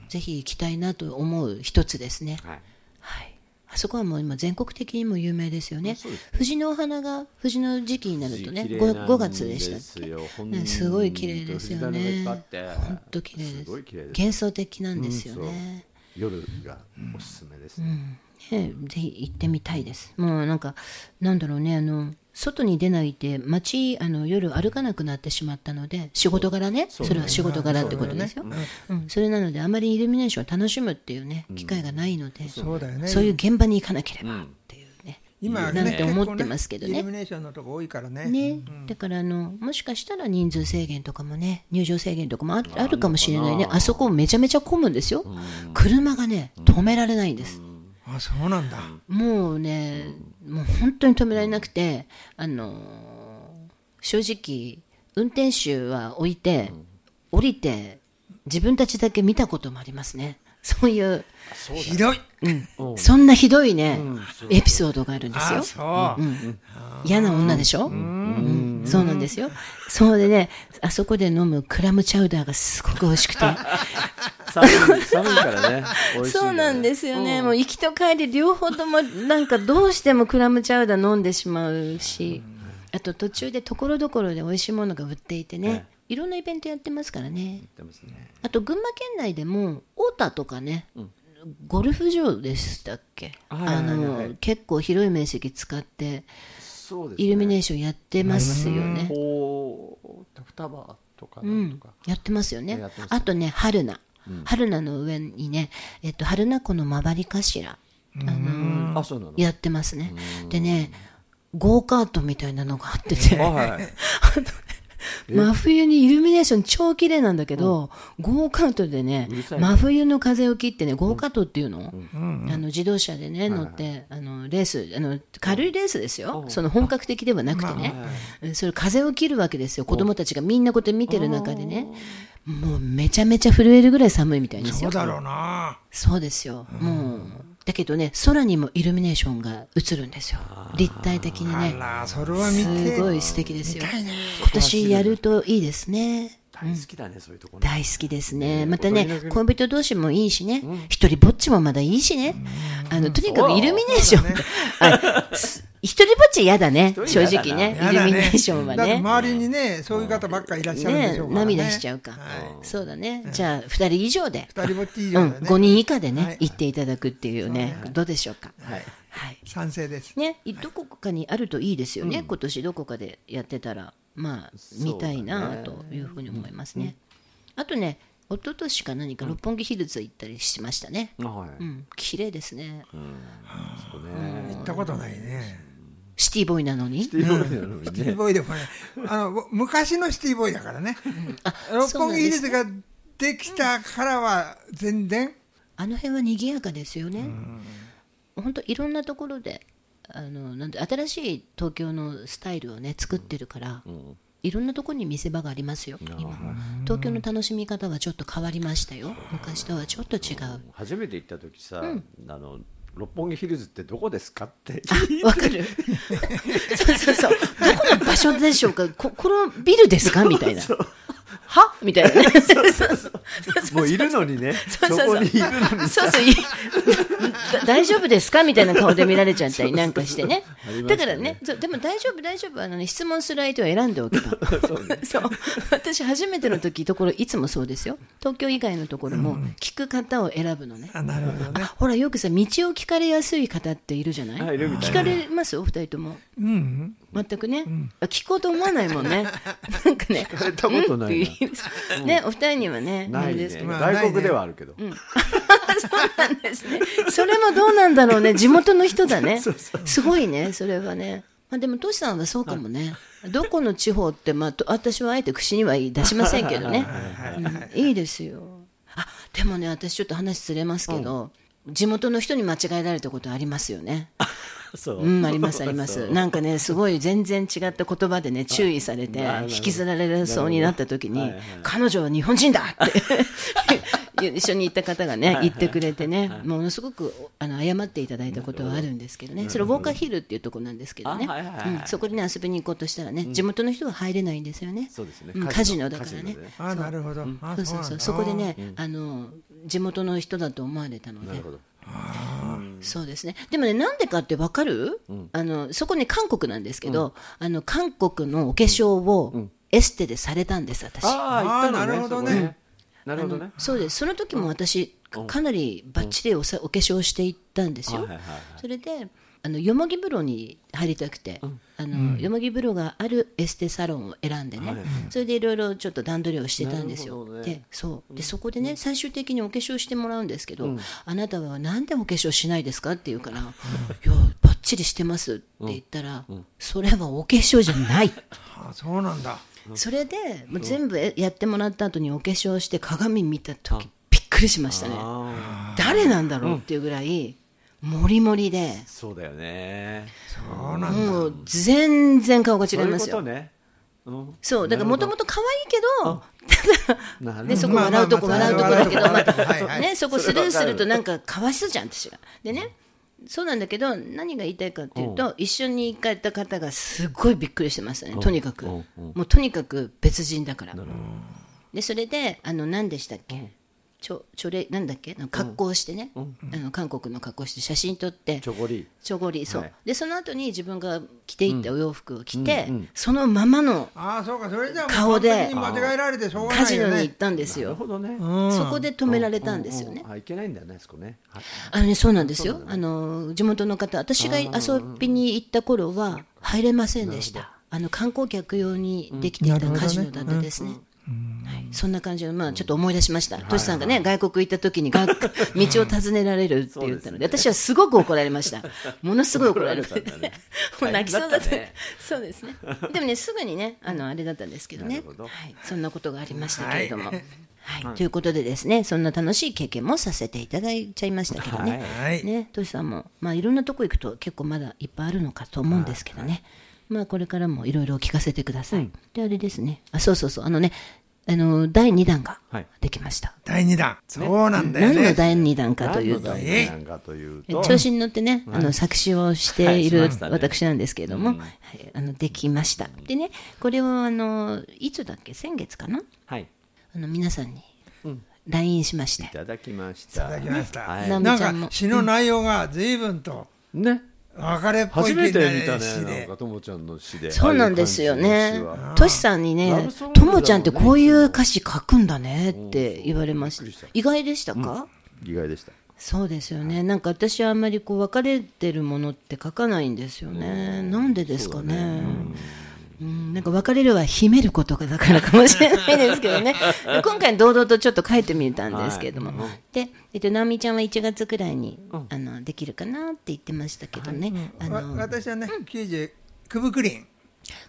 [SPEAKER 1] ぜひ行きたいなと思う一つですね、
[SPEAKER 3] はい
[SPEAKER 1] はい、あそこはもう今、全国的にも有名ですよね、藤のお花が藤の時期になるとね、
[SPEAKER 3] 綺
[SPEAKER 1] 5,
[SPEAKER 3] 麗
[SPEAKER 1] 5
[SPEAKER 3] なん
[SPEAKER 1] 月でした
[SPEAKER 3] すよほんと
[SPEAKER 1] ね、すごい綺麗ですよね、本
[SPEAKER 3] 藤棚がいっぱいあって
[SPEAKER 1] 当綺麗です
[SPEAKER 3] すごい綺麗です
[SPEAKER 1] 幻想的なんですよね。
[SPEAKER 3] 夜がおすすめですね、
[SPEAKER 1] ね、ぜひ行ってみたいです。もうなんか、なんだろうね、あの、外に出ないで、街、あの、夜歩かなくなってしまったので、仕事柄ね、それは仕事柄ってことですよ。うん、それなので、あまりイルミネーションを楽しむっていうね、機会がないので、
[SPEAKER 2] そうだよね
[SPEAKER 1] そういう現場に行かなければっていうね。
[SPEAKER 2] 今
[SPEAKER 1] な
[SPEAKER 2] ね
[SPEAKER 1] んて思ってますけど
[SPEAKER 2] 結構
[SPEAKER 1] ね
[SPEAKER 2] イルミ。ネーションのとこ多いからね
[SPEAKER 1] ね、だからあのもしかしたら人数制限とかもね入場制限とかもああるかもしれないねあそこめちゃめちゃ混むんですよ、車がね止められないんです、
[SPEAKER 2] あそうなんだ、
[SPEAKER 1] もうね、もう本当に止められなくて、あのー正直、運転手は置いて、降りて、自分たちだけ見たこともありますね。そういう、
[SPEAKER 2] ひどい
[SPEAKER 1] そんなひどいね、エピソードがあるんです
[SPEAKER 2] あ
[SPEAKER 1] よ。
[SPEAKER 2] そう、
[SPEAKER 1] 嫌な女でしょ、うんそうなんですよ。そうでね、あそこで飲むクラムチャウダーがすごく美味しくて。
[SPEAKER 3] 寒い寒いから ね 美味しい
[SPEAKER 1] そうなんですすよね、もう行きと帰り両方ともなんかどうしてもクラムチャウダー飲んでしまうし、あと途中でところどころで美味しいものが売っていてね、いろんなイベントやってますからね
[SPEAKER 3] ね
[SPEAKER 1] あと群馬県内でも太田とかね、ゴルフ場でしたっけ、
[SPEAKER 3] はいはいはいはい
[SPEAKER 1] あの結構広い面積使って
[SPEAKER 3] そうですね
[SPEAKER 1] イルミネーションやってますよね、
[SPEAKER 3] こう双葉とか
[SPEAKER 1] う
[SPEAKER 3] なんと
[SPEAKER 1] ん
[SPEAKER 3] か、、
[SPEAKER 1] やってますよね
[SPEAKER 3] やってますね
[SPEAKER 1] あとね春菜、春菜の上にね、えっと、春菜湖の回り頭あの
[SPEAKER 3] あそうなの
[SPEAKER 1] やってます ね。でね、ゴーカートみたいなのがあってて、
[SPEAKER 3] あはい
[SPEAKER 1] 真冬にイルミネーション超綺麗なんだけど、ゴーカートでね
[SPEAKER 3] うるさいね
[SPEAKER 1] 真冬の風を切ってねゴーカートっていうの、
[SPEAKER 2] うん
[SPEAKER 1] あの自動車でね乗って、あのレースあの軽いレースですよ、
[SPEAKER 3] うん
[SPEAKER 1] その本格的ではなくてね、うんそれ風を切るわけですよ子供たちがみんなこうやって見てる中でねもうめちゃめちゃ震えるぐらい寒いみたいです
[SPEAKER 2] そ
[SPEAKER 1] よ
[SPEAKER 2] うだろうな
[SPEAKER 1] そうですよ、もうだけどね空にもイルミネーションが映るんですよ立体的に
[SPEAKER 2] あ
[SPEAKER 1] ね
[SPEAKER 2] らそれは見て
[SPEAKER 1] すごい素敵ですよ
[SPEAKER 2] 見たいね
[SPEAKER 1] 今年やるといいですね
[SPEAKER 3] 大好きだね、そういうとこね。
[SPEAKER 1] 大好きですね。
[SPEAKER 3] ね
[SPEAKER 1] また
[SPEAKER 3] お互
[SPEAKER 1] ね
[SPEAKER 3] いの、
[SPEAKER 1] 恋人同士もいいしね、一人ぼっちもまだいいしね、あの、とにかくイルミネーションが、あす一人ぼっち嫌だね、
[SPEAKER 3] 一人
[SPEAKER 1] 正直
[SPEAKER 3] 嫌だな
[SPEAKER 1] ね、
[SPEAKER 2] や
[SPEAKER 1] イル
[SPEAKER 2] だ
[SPEAKER 1] ミネ
[SPEAKER 2] ね
[SPEAKER 1] ーションは
[SPEAKER 2] だって
[SPEAKER 1] ね。
[SPEAKER 2] 周りにねそういう方ばっかりいらっしゃるんで
[SPEAKER 1] ね
[SPEAKER 2] しょうからね
[SPEAKER 1] 涙しちゃうか
[SPEAKER 2] はい。
[SPEAKER 1] そうだね。じゃあ、二人以上で、
[SPEAKER 2] 二人ぼっち以
[SPEAKER 1] う
[SPEAKER 2] 上
[SPEAKER 1] ん
[SPEAKER 2] だ、
[SPEAKER 1] 五
[SPEAKER 2] ね
[SPEAKER 1] 人以下で
[SPEAKER 2] は
[SPEAKER 1] ね
[SPEAKER 2] い、
[SPEAKER 1] 行っていただくっていうね、どうでしょうか。
[SPEAKER 3] はい。
[SPEAKER 1] はい。
[SPEAKER 2] 賛成です
[SPEAKER 1] ね、どこかにあるといいですよね、今年どこかでやってたら、まあ、
[SPEAKER 3] うだね
[SPEAKER 1] 見たいなというふうに思いますね。あとね、一昨年か何か六本木ヒルズ行ったりしましたね。
[SPEAKER 3] はい。
[SPEAKER 1] う
[SPEAKER 3] うん
[SPEAKER 1] ん、綺麗ですね。
[SPEAKER 3] そうね。
[SPEAKER 2] 行ったことないね
[SPEAKER 1] シティボーイなのに。
[SPEAKER 3] っていうようなのに
[SPEAKER 2] シティ
[SPEAKER 3] ね。
[SPEAKER 2] ボーイでもねあのぼ昔のシティボーイだからね六
[SPEAKER 1] そう
[SPEAKER 2] 本
[SPEAKER 1] な
[SPEAKER 2] 木
[SPEAKER 1] ん
[SPEAKER 2] ヒ
[SPEAKER 1] で
[SPEAKER 2] ル
[SPEAKER 1] す
[SPEAKER 2] ズができたからは全然
[SPEAKER 1] あの辺は賑やかですよね。本当いろんなところで、あの、なんて、新しい東京のスタイルをね、作ってるから。いろんなところに見せ場がありますよ。今、東京の楽しみ方はちょっと変わりましたよ。昔とはちょっと違う。
[SPEAKER 3] 初めて行った時さ、あの六本木ヒルズってどこですかって。
[SPEAKER 1] わかるそうそうそうどこの場所でしょうかここのビルですかみたいなはみたいなねそうそうそう
[SPEAKER 3] もういるのにね。
[SPEAKER 1] そ
[SPEAKER 3] そ
[SPEAKER 1] う
[SPEAKER 3] こ
[SPEAKER 1] そう
[SPEAKER 3] にいるのに。
[SPEAKER 1] そうそうい だ大丈夫ですかみたいな顔で見られちゃったりなんかしてね
[SPEAKER 3] りま
[SPEAKER 1] だ
[SPEAKER 3] し
[SPEAKER 1] か
[SPEAKER 3] たね
[SPEAKER 1] らねそうでも大丈夫大丈夫あの、ね、質問する相手を選んでおけばそう私初めての時ところいつもそうですよ東京以外のところも聞く方を選ぶのね、
[SPEAKER 2] あなるほどね
[SPEAKER 1] ほらよくさ道を聞かれやすい方っているじゃない
[SPEAKER 3] あいるみたい
[SPEAKER 1] 聞か
[SPEAKER 3] な
[SPEAKER 1] れますお二人とも
[SPEAKER 2] うん
[SPEAKER 1] 全くね、あ聞こうと思わないもん ねなんかね聞
[SPEAKER 3] かれたことないな
[SPEAKER 1] ねお二人にはねあ
[SPEAKER 3] な
[SPEAKER 1] れ
[SPEAKER 3] いね
[SPEAKER 1] ですけど、
[SPEAKER 2] まあ
[SPEAKER 3] 外国ではあるけど。
[SPEAKER 1] そうなんですねそれもどうなんだろうね地元の人だ ねすごいねそれはねまあでもトシさんはそうかもね、どこの地方って、まあ、と私はあえて口には出しませんけどね、うんいいですよあでもね私ちょっと話ずれますけど、地元の人に間違えられたことありますよね
[SPEAKER 3] そうう。
[SPEAKER 1] ん、ありますあります。
[SPEAKER 3] そう
[SPEAKER 1] なんかね、すごい全然違った言葉でね、注意されて
[SPEAKER 3] あなる、ほど
[SPEAKER 1] 引きずられそうになった時
[SPEAKER 3] な
[SPEAKER 1] に
[SPEAKER 3] るほどはいはい、
[SPEAKER 1] 彼女は日本人だって、 一緒に行った方がね、言ってくれてね、ものすごくあの謝っていただいたことはあるんですけどね、それウォーカーヒルっていうところなんですけどね、
[SPEAKER 3] あはいはいはい
[SPEAKER 1] うんそこでね、遊びに行こうとしたらね、地元の人は入れないんですよね。
[SPEAKER 3] そうですね
[SPEAKER 1] んカ
[SPEAKER 3] カ
[SPEAKER 1] ジ
[SPEAKER 3] ジ
[SPEAKER 1] ノ
[SPEAKER 3] ノ
[SPEAKER 1] だから
[SPEAKER 3] カジ
[SPEAKER 1] ね
[SPEAKER 3] ノで。
[SPEAKER 2] あなるほどあ
[SPEAKER 1] そうそうそう、そ
[SPEAKER 2] な
[SPEAKER 1] こ
[SPEAKER 2] んだ
[SPEAKER 1] でね、あの地元の人だと思われたの
[SPEAKER 3] な
[SPEAKER 1] で
[SPEAKER 3] るほ。ど。
[SPEAKER 1] そうですね。でもね、なんでかってわかる、あの、そこね、韓国なんですけど、あの、韓国のお化粧をエステでされたんです、私。
[SPEAKER 3] ああ、行ったのね。
[SPEAKER 2] あーなるほどね
[SPEAKER 3] そこ。なる
[SPEAKER 1] あ
[SPEAKER 3] ほど
[SPEAKER 1] の
[SPEAKER 3] ね。
[SPEAKER 1] そうです。その時も私、かかなりバッチリおさお化粧していったんですよ。
[SPEAKER 3] はいはいはい
[SPEAKER 1] それで、あの、よもぎ風呂に入りたくて、あの、よもぎ風呂があるエステサロンを選んでね、それでいろいろちょっと段取りをしてたんですよ。
[SPEAKER 3] なるほどね
[SPEAKER 1] で、そう。で、そこでね、最終的にお化粧してもらうんですけど、あなたはなんでお化粧しないですかって言う から、いや、バッチリしてますって言ったら、それはお化粧じゃない。
[SPEAKER 2] あそうなんだ
[SPEAKER 1] それでもう全部やってもらった後にお化粧して鏡見た時びっくりしましたね
[SPEAKER 3] ああ、
[SPEAKER 1] 誰なんだろうっていうぐらいもりもりで
[SPEAKER 3] そうだよね。
[SPEAKER 2] そうなんだ
[SPEAKER 1] もう全然顔が違い
[SPEAKER 3] そういう
[SPEAKER 1] ま
[SPEAKER 3] こ
[SPEAKER 1] す
[SPEAKER 3] と
[SPEAKER 1] よ
[SPEAKER 3] ね。うん
[SPEAKER 1] そうだからもともと可愛いけど
[SPEAKER 3] なるほど
[SPEAKER 1] ね、そこ笑うとこ
[SPEAKER 2] まあまあ
[SPEAKER 1] 笑うとこだけど、
[SPEAKER 2] まあ
[SPEAKER 1] ま
[SPEAKER 2] まあまあはい
[SPEAKER 1] た
[SPEAKER 2] はい
[SPEAKER 1] ね、そこスルーするとなんかかわいそうじゃん、私が。でね、そうなんだけど、何が言いたいかっていうと、一緒に行かれた方がすごいびっくりしてましたね、とにかく。
[SPEAKER 3] うん
[SPEAKER 1] もうとにかく別人だから。で、それで、あの、何でしたっけちょ、ちょれ、なんだっけあの格好をしてね、あの、韓国の格好して写真撮って
[SPEAKER 3] チ、ョコリ。
[SPEAKER 1] ちょごり、そ
[SPEAKER 3] は
[SPEAKER 1] う
[SPEAKER 3] い。
[SPEAKER 1] で、その後に自分が着ていったお洋服を着て、そのままの
[SPEAKER 2] ああそうかそれじゃあもう
[SPEAKER 1] 顔で
[SPEAKER 2] 完璧に間違えられてしょうが
[SPEAKER 1] カ
[SPEAKER 2] ない
[SPEAKER 1] ジノに
[SPEAKER 2] よ
[SPEAKER 1] 行っ
[SPEAKER 2] ね
[SPEAKER 1] たんです
[SPEAKER 3] なる
[SPEAKER 1] よ。
[SPEAKER 3] ほどね。
[SPEAKER 1] そこで止められたんですよね
[SPEAKER 3] う。うあ、いけないんだよね、そこね。はい
[SPEAKER 1] あのね、そうなんですよ。あの、地元の方、私が遊びに行った頃は入れませんでした。あの、観光客用にできていたカジノだったですね。はい、そんな感じの、まあ、ちょっと思い出しました、トシさんがね、外国行った時に が道を尋ねられるって言ったので、
[SPEAKER 3] そうですね
[SPEAKER 1] 私はすごく怒られました、ものすごい怒られまし
[SPEAKER 3] 怒られたんだね
[SPEAKER 1] もう泣きそうだった、
[SPEAKER 3] 大変だったね
[SPEAKER 1] そうですね、でもね、すぐにね、あのあれだったんですけどね
[SPEAKER 3] なるほど
[SPEAKER 1] はい、そんなことがありましたけれども。
[SPEAKER 2] は
[SPEAKER 1] はいいということでですね、そんな楽しい経験もさせていただいちゃいましたけどね。
[SPEAKER 2] は
[SPEAKER 3] はい
[SPEAKER 2] い、
[SPEAKER 1] ね、トシさんも、まあ、いろんなとこ行くと結構まだいっぱいあるのかと思うんですけどね、まあ、これからもいろいろ聞かせてください、であれですねあそうそうそうあのねあの第2弾が
[SPEAKER 3] はい
[SPEAKER 1] できました、
[SPEAKER 2] 第二弾、そうなんだよ
[SPEAKER 1] 何の
[SPEAKER 2] ね。
[SPEAKER 1] 第2弾かというと
[SPEAKER 3] 何の第二弾かというと
[SPEAKER 1] 調子に乗ってね、あの作詞をしてい
[SPEAKER 3] は
[SPEAKER 1] る
[SPEAKER 3] いしましたね
[SPEAKER 1] 私なんですけれども、はいあのできましたでねこれをあのいつだっけ先月かな
[SPEAKER 3] はい
[SPEAKER 1] あの皆さんに LINE しまして
[SPEAKER 3] い、ただきまし
[SPEAKER 2] い
[SPEAKER 3] た
[SPEAKER 2] ただきました。
[SPEAKER 3] はい
[SPEAKER 2] なんか詩の内容が随分と
[SPEAKER 3] ね
[SPEAKER 2] 分かれっぽい
[SPEAKER 3] 初めて見た
[SPEAKER 2] 詩
[SPEAKER 3] ねなん
[SPEAKER 2] で
[SPEAKER 3] かともちゃんの詩で
[SPEAKER 1] そうなんですよね
[SPEAKER 3] ああいう感じの詩は。
[SPEAKER 1] トシさんに
[SPEAKER 3] ラ
[SPEAKER 1] ね
[SPEAKER 3] ブソン、グ
[SPEAKER 1] と
[SPEAKER 3] だもんね
[SPEAKER 1] もちゃんってこういう歌詞書くんだねって言われました
[SPEAKER 3] うんそう。
[SPEAKER 1] 意外でしたか？
[SPEAKER 3] 意外でした
[SPEAKER 1] そうですよね。なんか私はあんまりこう別れてるものって書かないんですよね。なんでですかね。うん、なんか別れるは秘めることがだからかもしれないですけど ねで今回堂々とちょっと書いてみたんですけども、で、えっと、直美ちゃんは1月くらいに、あのできるかなって言ってましたけどね、あ
[SPEAKER 2] わ
[SPEAKER 1] の
[SPEAKER 2] 私はね90クブクリン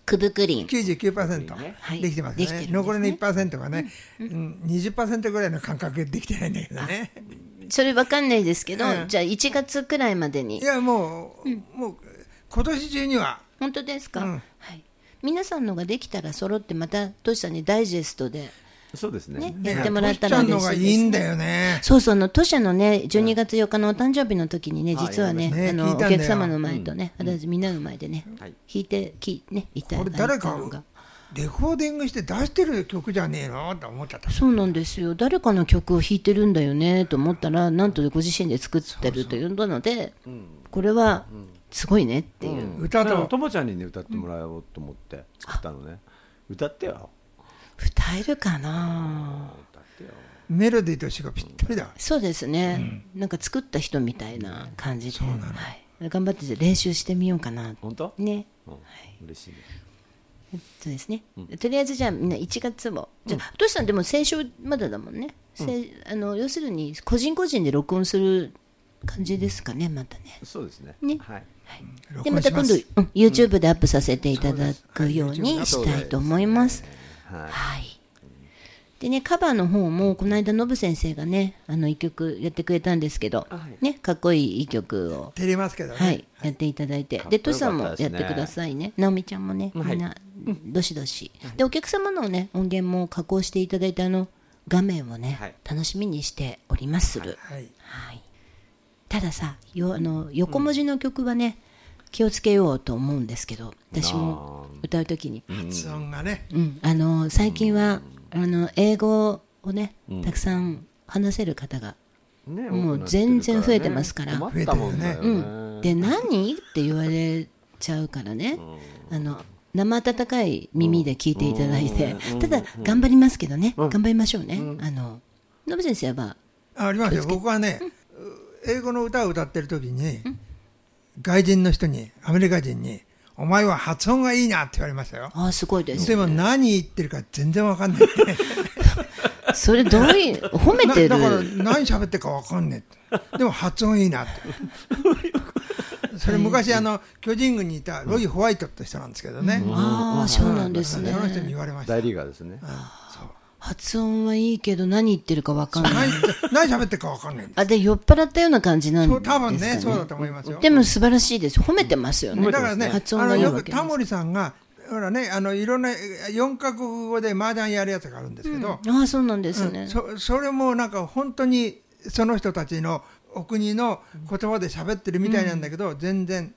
[SPEAKER 1] くぶくりんはい
[SPEAKER 2] 99%できてます
[SPEAKER 1] で
[SPEAKER 2] ね
[SPEAKER 1] きてるんですね
[SPEAKER 2] 残りの1%がね、うん、20%ぐらいの感覚でできてないんだけどね
[SPEAKER 1] それわかんないですけど、
[SPEAKER 2] うん
[SPEAKER 1] じゃあ1月くらいまでに
[SPEAKER 2] いやもう、もう今年中には
[SPEAKER 1] 本当ですか、
[SPEAKER 2] うん
[SPEAKER 1] はい、皆さんのができたら揃ってまたトシさんにダイジェストで、
[SPEAKER 3] そうですね
[SPEAKER 1] ね
[SPEAKER 2] ね
[SPEAKER 1] やってもらったら
[SPEAKER 2] トシちゃん
[SPEAKER 1] 嬉
[SPEAKER 2] のが
[SPEAKER 1] し
[SPEAKER 2] い
[SPEAKER 1] いです
[SPEAKER 2] い
[SPEAKER 1] ね
[SPEAKER 2] んだよね
[SPEAKER 1] そうそうあのトシャのね12月4日のお誕生日の時にね
[SPEAKER 3] はい
[SPEAKER 1] 実はね,、
[SPEAKER 2] ね
[SPEAKER 1] あ
[SPEAKER 2] 聞い
[SPEAKER 1] の
[SPEAKER 2] た
[SPEAKER 1] お
[SPEAKER 2] んだよ
[SPEAKER 1] 客様の前とね、私みんなの前でね、
[SPEAKER 3] はい
[SPEAKER 1] 弾いてきねいた
[SPEAKER 2] こ
[SPEAKER 1] だ
[SPEAKER 2] れ
[SPEAKER 1] いた
[SPEAKER 2] 誰
[SPEAKER 1] の
[SPEAKER 2] か
[SPEAKER 1] が
[SPEAKER 2] レコーディングして出してる曲じゃねえのと思っちゃった
[SPEAKER 1] そうなんですよ誰かの曲を弾いてるんだよねと思ったらなんとご自身で作ってるというのでこれはすごいねっていう、
[SPEAKER 2] 歌と
[SPEAKER 3] だからともちゃんにね歌ってもらおうと思って作ったのね歌ってよ
[SPEAKER 1] 歌えるかな
[SPEAKER 3] 歌ってよ
[SPEAKER 2] メロディーと詩がぴったりだ
[SPEAKER 1] そうですね、なんか作った人みたいな感じで、はい、頑張ってじゃあ練習してみようかな
[SPEAKER 3] 本当
[SPEAKER 1] ね
[SPEAKER 3] うん嬉しいね
[SPEAKER 1] そうですね、とりあえずじゃあみんな1月もじゃあ、トシさんでも先週まだだもんね、せあの要するに個人個人で録音する感じですかねまたね
[SPEAKER 3] そうですね
[SPEAKER 1] ね
[SPEAKER 3] はい
[SPEAKER 1] で
[SPEAKER 2] 録
[SPEAKER 1] ま
[SPEAKER 2] 音
[SPEAKER 1] た
[SPEAKER 2] しま
[SPEAKER 1] 今度、
[SPEAKER 2] す
[SPEAKER 1] うん、YouTube でアップさせていただくようにしたいと思います、
[SPEAKER 3] はい
[SPEAKER 1] はい。でね、カバーの方も、この間、ノブ先生がね、あの、一曲やってくれたんですけど、
[SPEAKER 3] はい
[SPEAKER 1] ね、かっこいい一曲を、
[SPEAKER 2] 照れますけどね、
[SPEAKER 1] はい、やっていただいて、で、
[SPEAKER 3] かっこ
[SPEAKER 1] ト
[SPEAKER 3] よ
[SPEAKER 1] シ
[SPEAKER 3] か
[SPEAKER 1] さん
[SPEAKER 3] っ
[SPEAKER 1] もや
[SPEAKER 3] た
[SPEAKER 1] っ
[SPEAKER 3] ですね
[SPEAKER 1] てくださいね。ナオミちゃんもね、み
[SPEAKER 3] はい
[SPEAKER 1] んな、どしどし。で、お客様のね、音源も加工していただいて、あの、画面をね
[SPEAKER 3] はい、
[SPEAKER 1] 楽しみにしておりまする。
[SPEAKER 2] はい
[SPEAKER 1] はい。たださ、よあの横文字の曲はね、気をつけようと思うんですけど、私も歌うときに、
[SPEAKER 2] 発音がね、
[SPEAKER 1] うん、あの最近は、あの英語をね、たくさん話せる方が、もう
[SPEAKER 3] ね多くなってるからね
[SPEAKER 1] 全然増えてますから
[SPEAKER 3] 困ったもんだよね
[SPEAKER 1] うん、で何って言われちゃうからね、あの生温かい耳で聞いていただいて、ただ頑張りますけどね、頑張りましょうね、あのノブ先生は
[SPEAKER 2] あありますよ僕はね、英語の歌を歌ってる時に、外人の人にアメリカ人に「お前は発音がいいな」って言われましたよ
[SPEAKER 1] ああすごいです
[SPEAKER 2] でも何言ってるか全然わかんないって
[SPEAKER 1] それどういう褒め
[SPEAKER 2] な
[SPEAKER 1] て
[SPEAKER 2] だから
[SPEAKER 1] る
[SPEAKER 2] 何喋ってるかわかんねえってでも発音いいなってそれ昔あの巨人軍にいたロイ・ホワイトって人なんですけどね、
[SPEAKER 1] ああそうなんですね
[SPEAKER 2] その人に言われました
[SPEAKER 3] 大リーガーですね
[SPEAKER 1] 発音はいいけど何言ってるかわかんない
[SPEAKER 2] 何何喋ってるかわかんないんだ
[SPEAKER 1] あで酔っ払ったような感じなん
[SPEAKER 2] そう
[SPEAKER 1] です
[SPEAKER 2] 多
[SPEAKER 1] か
[SPEAKER 2] 分
[SPEAKER 1] ね
[SPEAKER 2] ねそうだと思いますよ
[SPEAKER 1] でも素晴らしいです褒めてますよね
[SPEAKER 2] だからね、
[SPEAKER 1] 発
[SPEAKER 2] あ
[SPEAKER 1] 音が
[SPEAKER 2] の
[SPEAKER 1] いい
[SPEAKER 2] よ
[SPEAKER 1] わ
[SPEAKER 2] く
[SPEAKER 1] け
[SPEAKER 2] タモリさんが、ほらね、あのいろんな4カ国語で麻雀やるやつがあるんですけど、
[SPEAKER 1] ああそうなんです
[SPEAKER 2] う
[SPEAKER 1] ね
[SPEAKER 2] ん、そそれもなんか本当にその人たちのお国の言葉で喋ってるみたいなんだけど、全然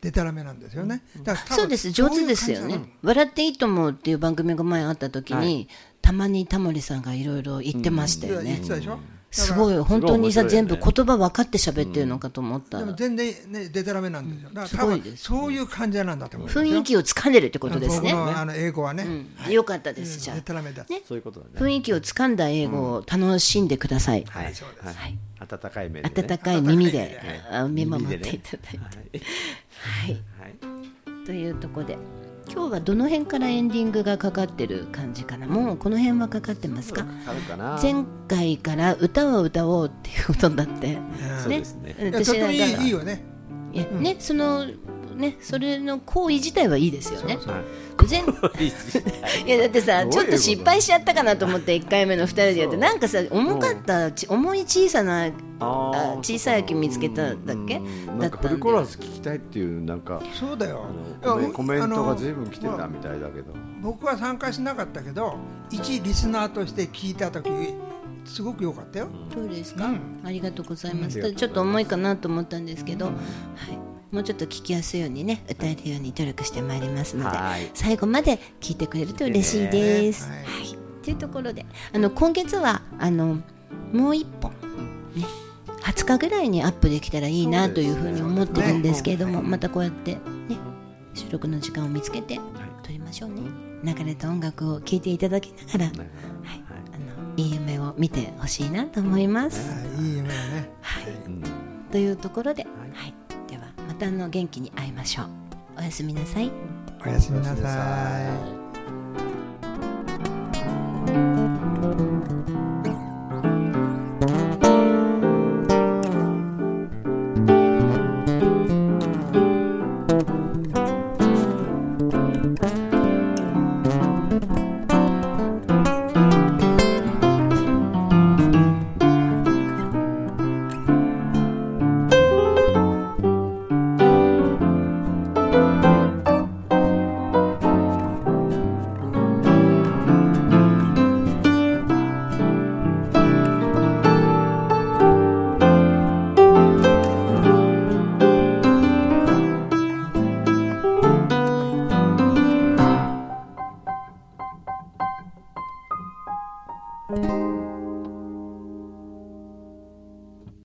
[SPEAKER 2] でたらめなんですよね。だから多分
[SPEAKER 1] そうです上手ですよ
[SPEAKER 2] そうい
[SPEAKER 1] ね
[SPEAKER 2] う感じなの
[SPEAKER 1] 「笑っていいと思う」っていう番組が前あった時に、たまにタモリさんがいろいろ言ってましたよ
[SPEAKER 2] 言っ
[SPEAKER 1] ね
[SPEAKER 2] て、たでしょ。
[SPEAKER 1] す
[SPEAKER 2] い。
[SPEAKER 1] ごい本当にさ、
[SPEAKER 3] すごい面白いよ
[SPEAKER 1] 全
[SPEAKER 3] ね
[SPEAKER 1] 部言葉分かって喋ってるのかと思った
[SPEAKER 2] で
[SPEAKER 1] ら、
[SPEAKER 2] も全然ねでたらめなんですよ。だから
[SPEAKER 1] す
[SPEAKER 2] 多
[SPEAKER 1] ごい
[SPEAKER 2] 分
[SPEAKER 1] です
[SPEAKER 2] そういう感じなんだと思いますよ。
[SPEAKER 1] 雰囲気をつかんでるってことですね、
[SPEAKER 2] 僕のあの英語はね、
[SPEAKER 1] うんよかったです、じゃ
[SPEAKER 2] で
[SPEAKER 1] あ
[SPEAKER 2] たらめだ。
[SPEAKER 3] そういうことだね
[SPEAKER 1] 雰囲気をつかんだ英語を楽しんでください、
[SPEAKER 3] はい
[SPEAKER 2] そうです
[SPEAKER 3] はい温かい目でね
[SPEAKER 1] 温かい耳で、
[SPEAKER 3] はい
[SPEAKER 1] あ見
[SPEAKER 3] 耳
[SPEAKER 1] 守っ
[SPEAKER 3] でね
[SPEAKER 1] ていただいて、
[SPEAKER 3] はい
[SPEAKER 1] はい
[SPEAKER 3] はい
[SPEAKER 1] というところで今日はどの辺からエンディングがかかってる感じかなもうこの辺はかかってますか
[SPEAKER 3] あるかな
[SPEAKER 1] 前回から歌は歌おうっていうことになって
[SPEAKER 3] そうですね
[SPEAKER 1] うん
[SPEAKER 2] いやと
[SPEAKER 1] 私
[SPEAKER 2] て
[SPEAKER 1] な
[SPEAKER 2] も
[SPEAKER 1] んか
[SPEAKER 2] いいいいよね
[SPEAKER 1] いやねそのねそれの行為自体はいいですよね
[SPEAKER 3] はい
[SPEAKER 1] 前
[SPEAKER 3] いいですね
[SPEAKER 1] いやだってさ
[SPEAKER 3] どういう
[SPEAKER 1] ち
[SPEAKER 3] こと
[SPEAKER 1] ょっと失敗しちゃったかなと思って1回目の2人でやって
[SPEAKER 3] そう
[SPEAKER 1] なんかさ重かったち重い小さな
[SPEAKER 3] あー
[SPEAKER 1] あ小さい秋見つけただっけ
[SPEAKER 3] うん
[SPEAKER 1] だ
[SPEAKER 3] な
[SPEAKER 1] ったん
[SPEAKER 3] ん
[SPEAKER 1] で
[SPEAKER 3] かフルコーラス聞きたいっていうなんか
[SPEAKER 2] そうだよ
[SPEAKER 3] あの
[SPEAKER 2] いや
[SPEAKER 3] コメコメント
[SPEAKER 2] あ
[SPEAKER 3] が
[SPEAKER 2] の
[SPEAKER 3] 随分来てたみたいだけど
[SPEAKER 2] 僕は参加しなかったけど一リスナーとして聞いた時すごく良かったよ、
[SPEAKER 1] どうですか、
[SPEAKER 2] うん
[SPEAKER 1] ありがとうございます
[SPEAKER 3] うんありがとうございます
[SPEAKER 1] ちょっと重いかなと思ったんですけど、はい、もうちょっと聞きやすいようにね歌えるように努力してまいりますので
[SPEAKER 3] はい
[SPEAKER 1] 最後まで聞いてくれると嬉しいです。
[SPEAKER 2] ね
[SPEAKER 1] はい、というところであの今月はあのもう一本、ね、20日ぐらいにアップできたらいいな
[SPEAKER 3] そう
[SPEAKER 1] と
[SPEAKER 3] です
[SPEAKER 1] い
[SPEAKER 3] ね
[SPEAKER 1] うふうに思ってるんですけれども、
[SPEAKER 3] はい
[SPEAKER 1] またこうやって、ね、収録の時間を見つけて撮りましょうね。流れた音楽を聴いていただきながら、
[SPEAKER 3] なんか
[SPEAKER 1] はい
[SPEAKER 3] はい
[SPEAKER 1] あのいい夢を見てほしいなと思います。
[SPEAKER 2] あいい夢だね
[SPEAKER 3] うん
[SPEAKER 1] というところで、はい、ではまたあの元気に会いましょう。おやすみなさい。
[SPEAKER 2] おやすみ
[SPEAKER 3] おや
[SPEAKER 2] な
[SPEAKER 3] すみな
[SPEAKER 2] さい
[SPEAKER 3] さ
[SPEAKER 2] 「
[SPEAKER 3] い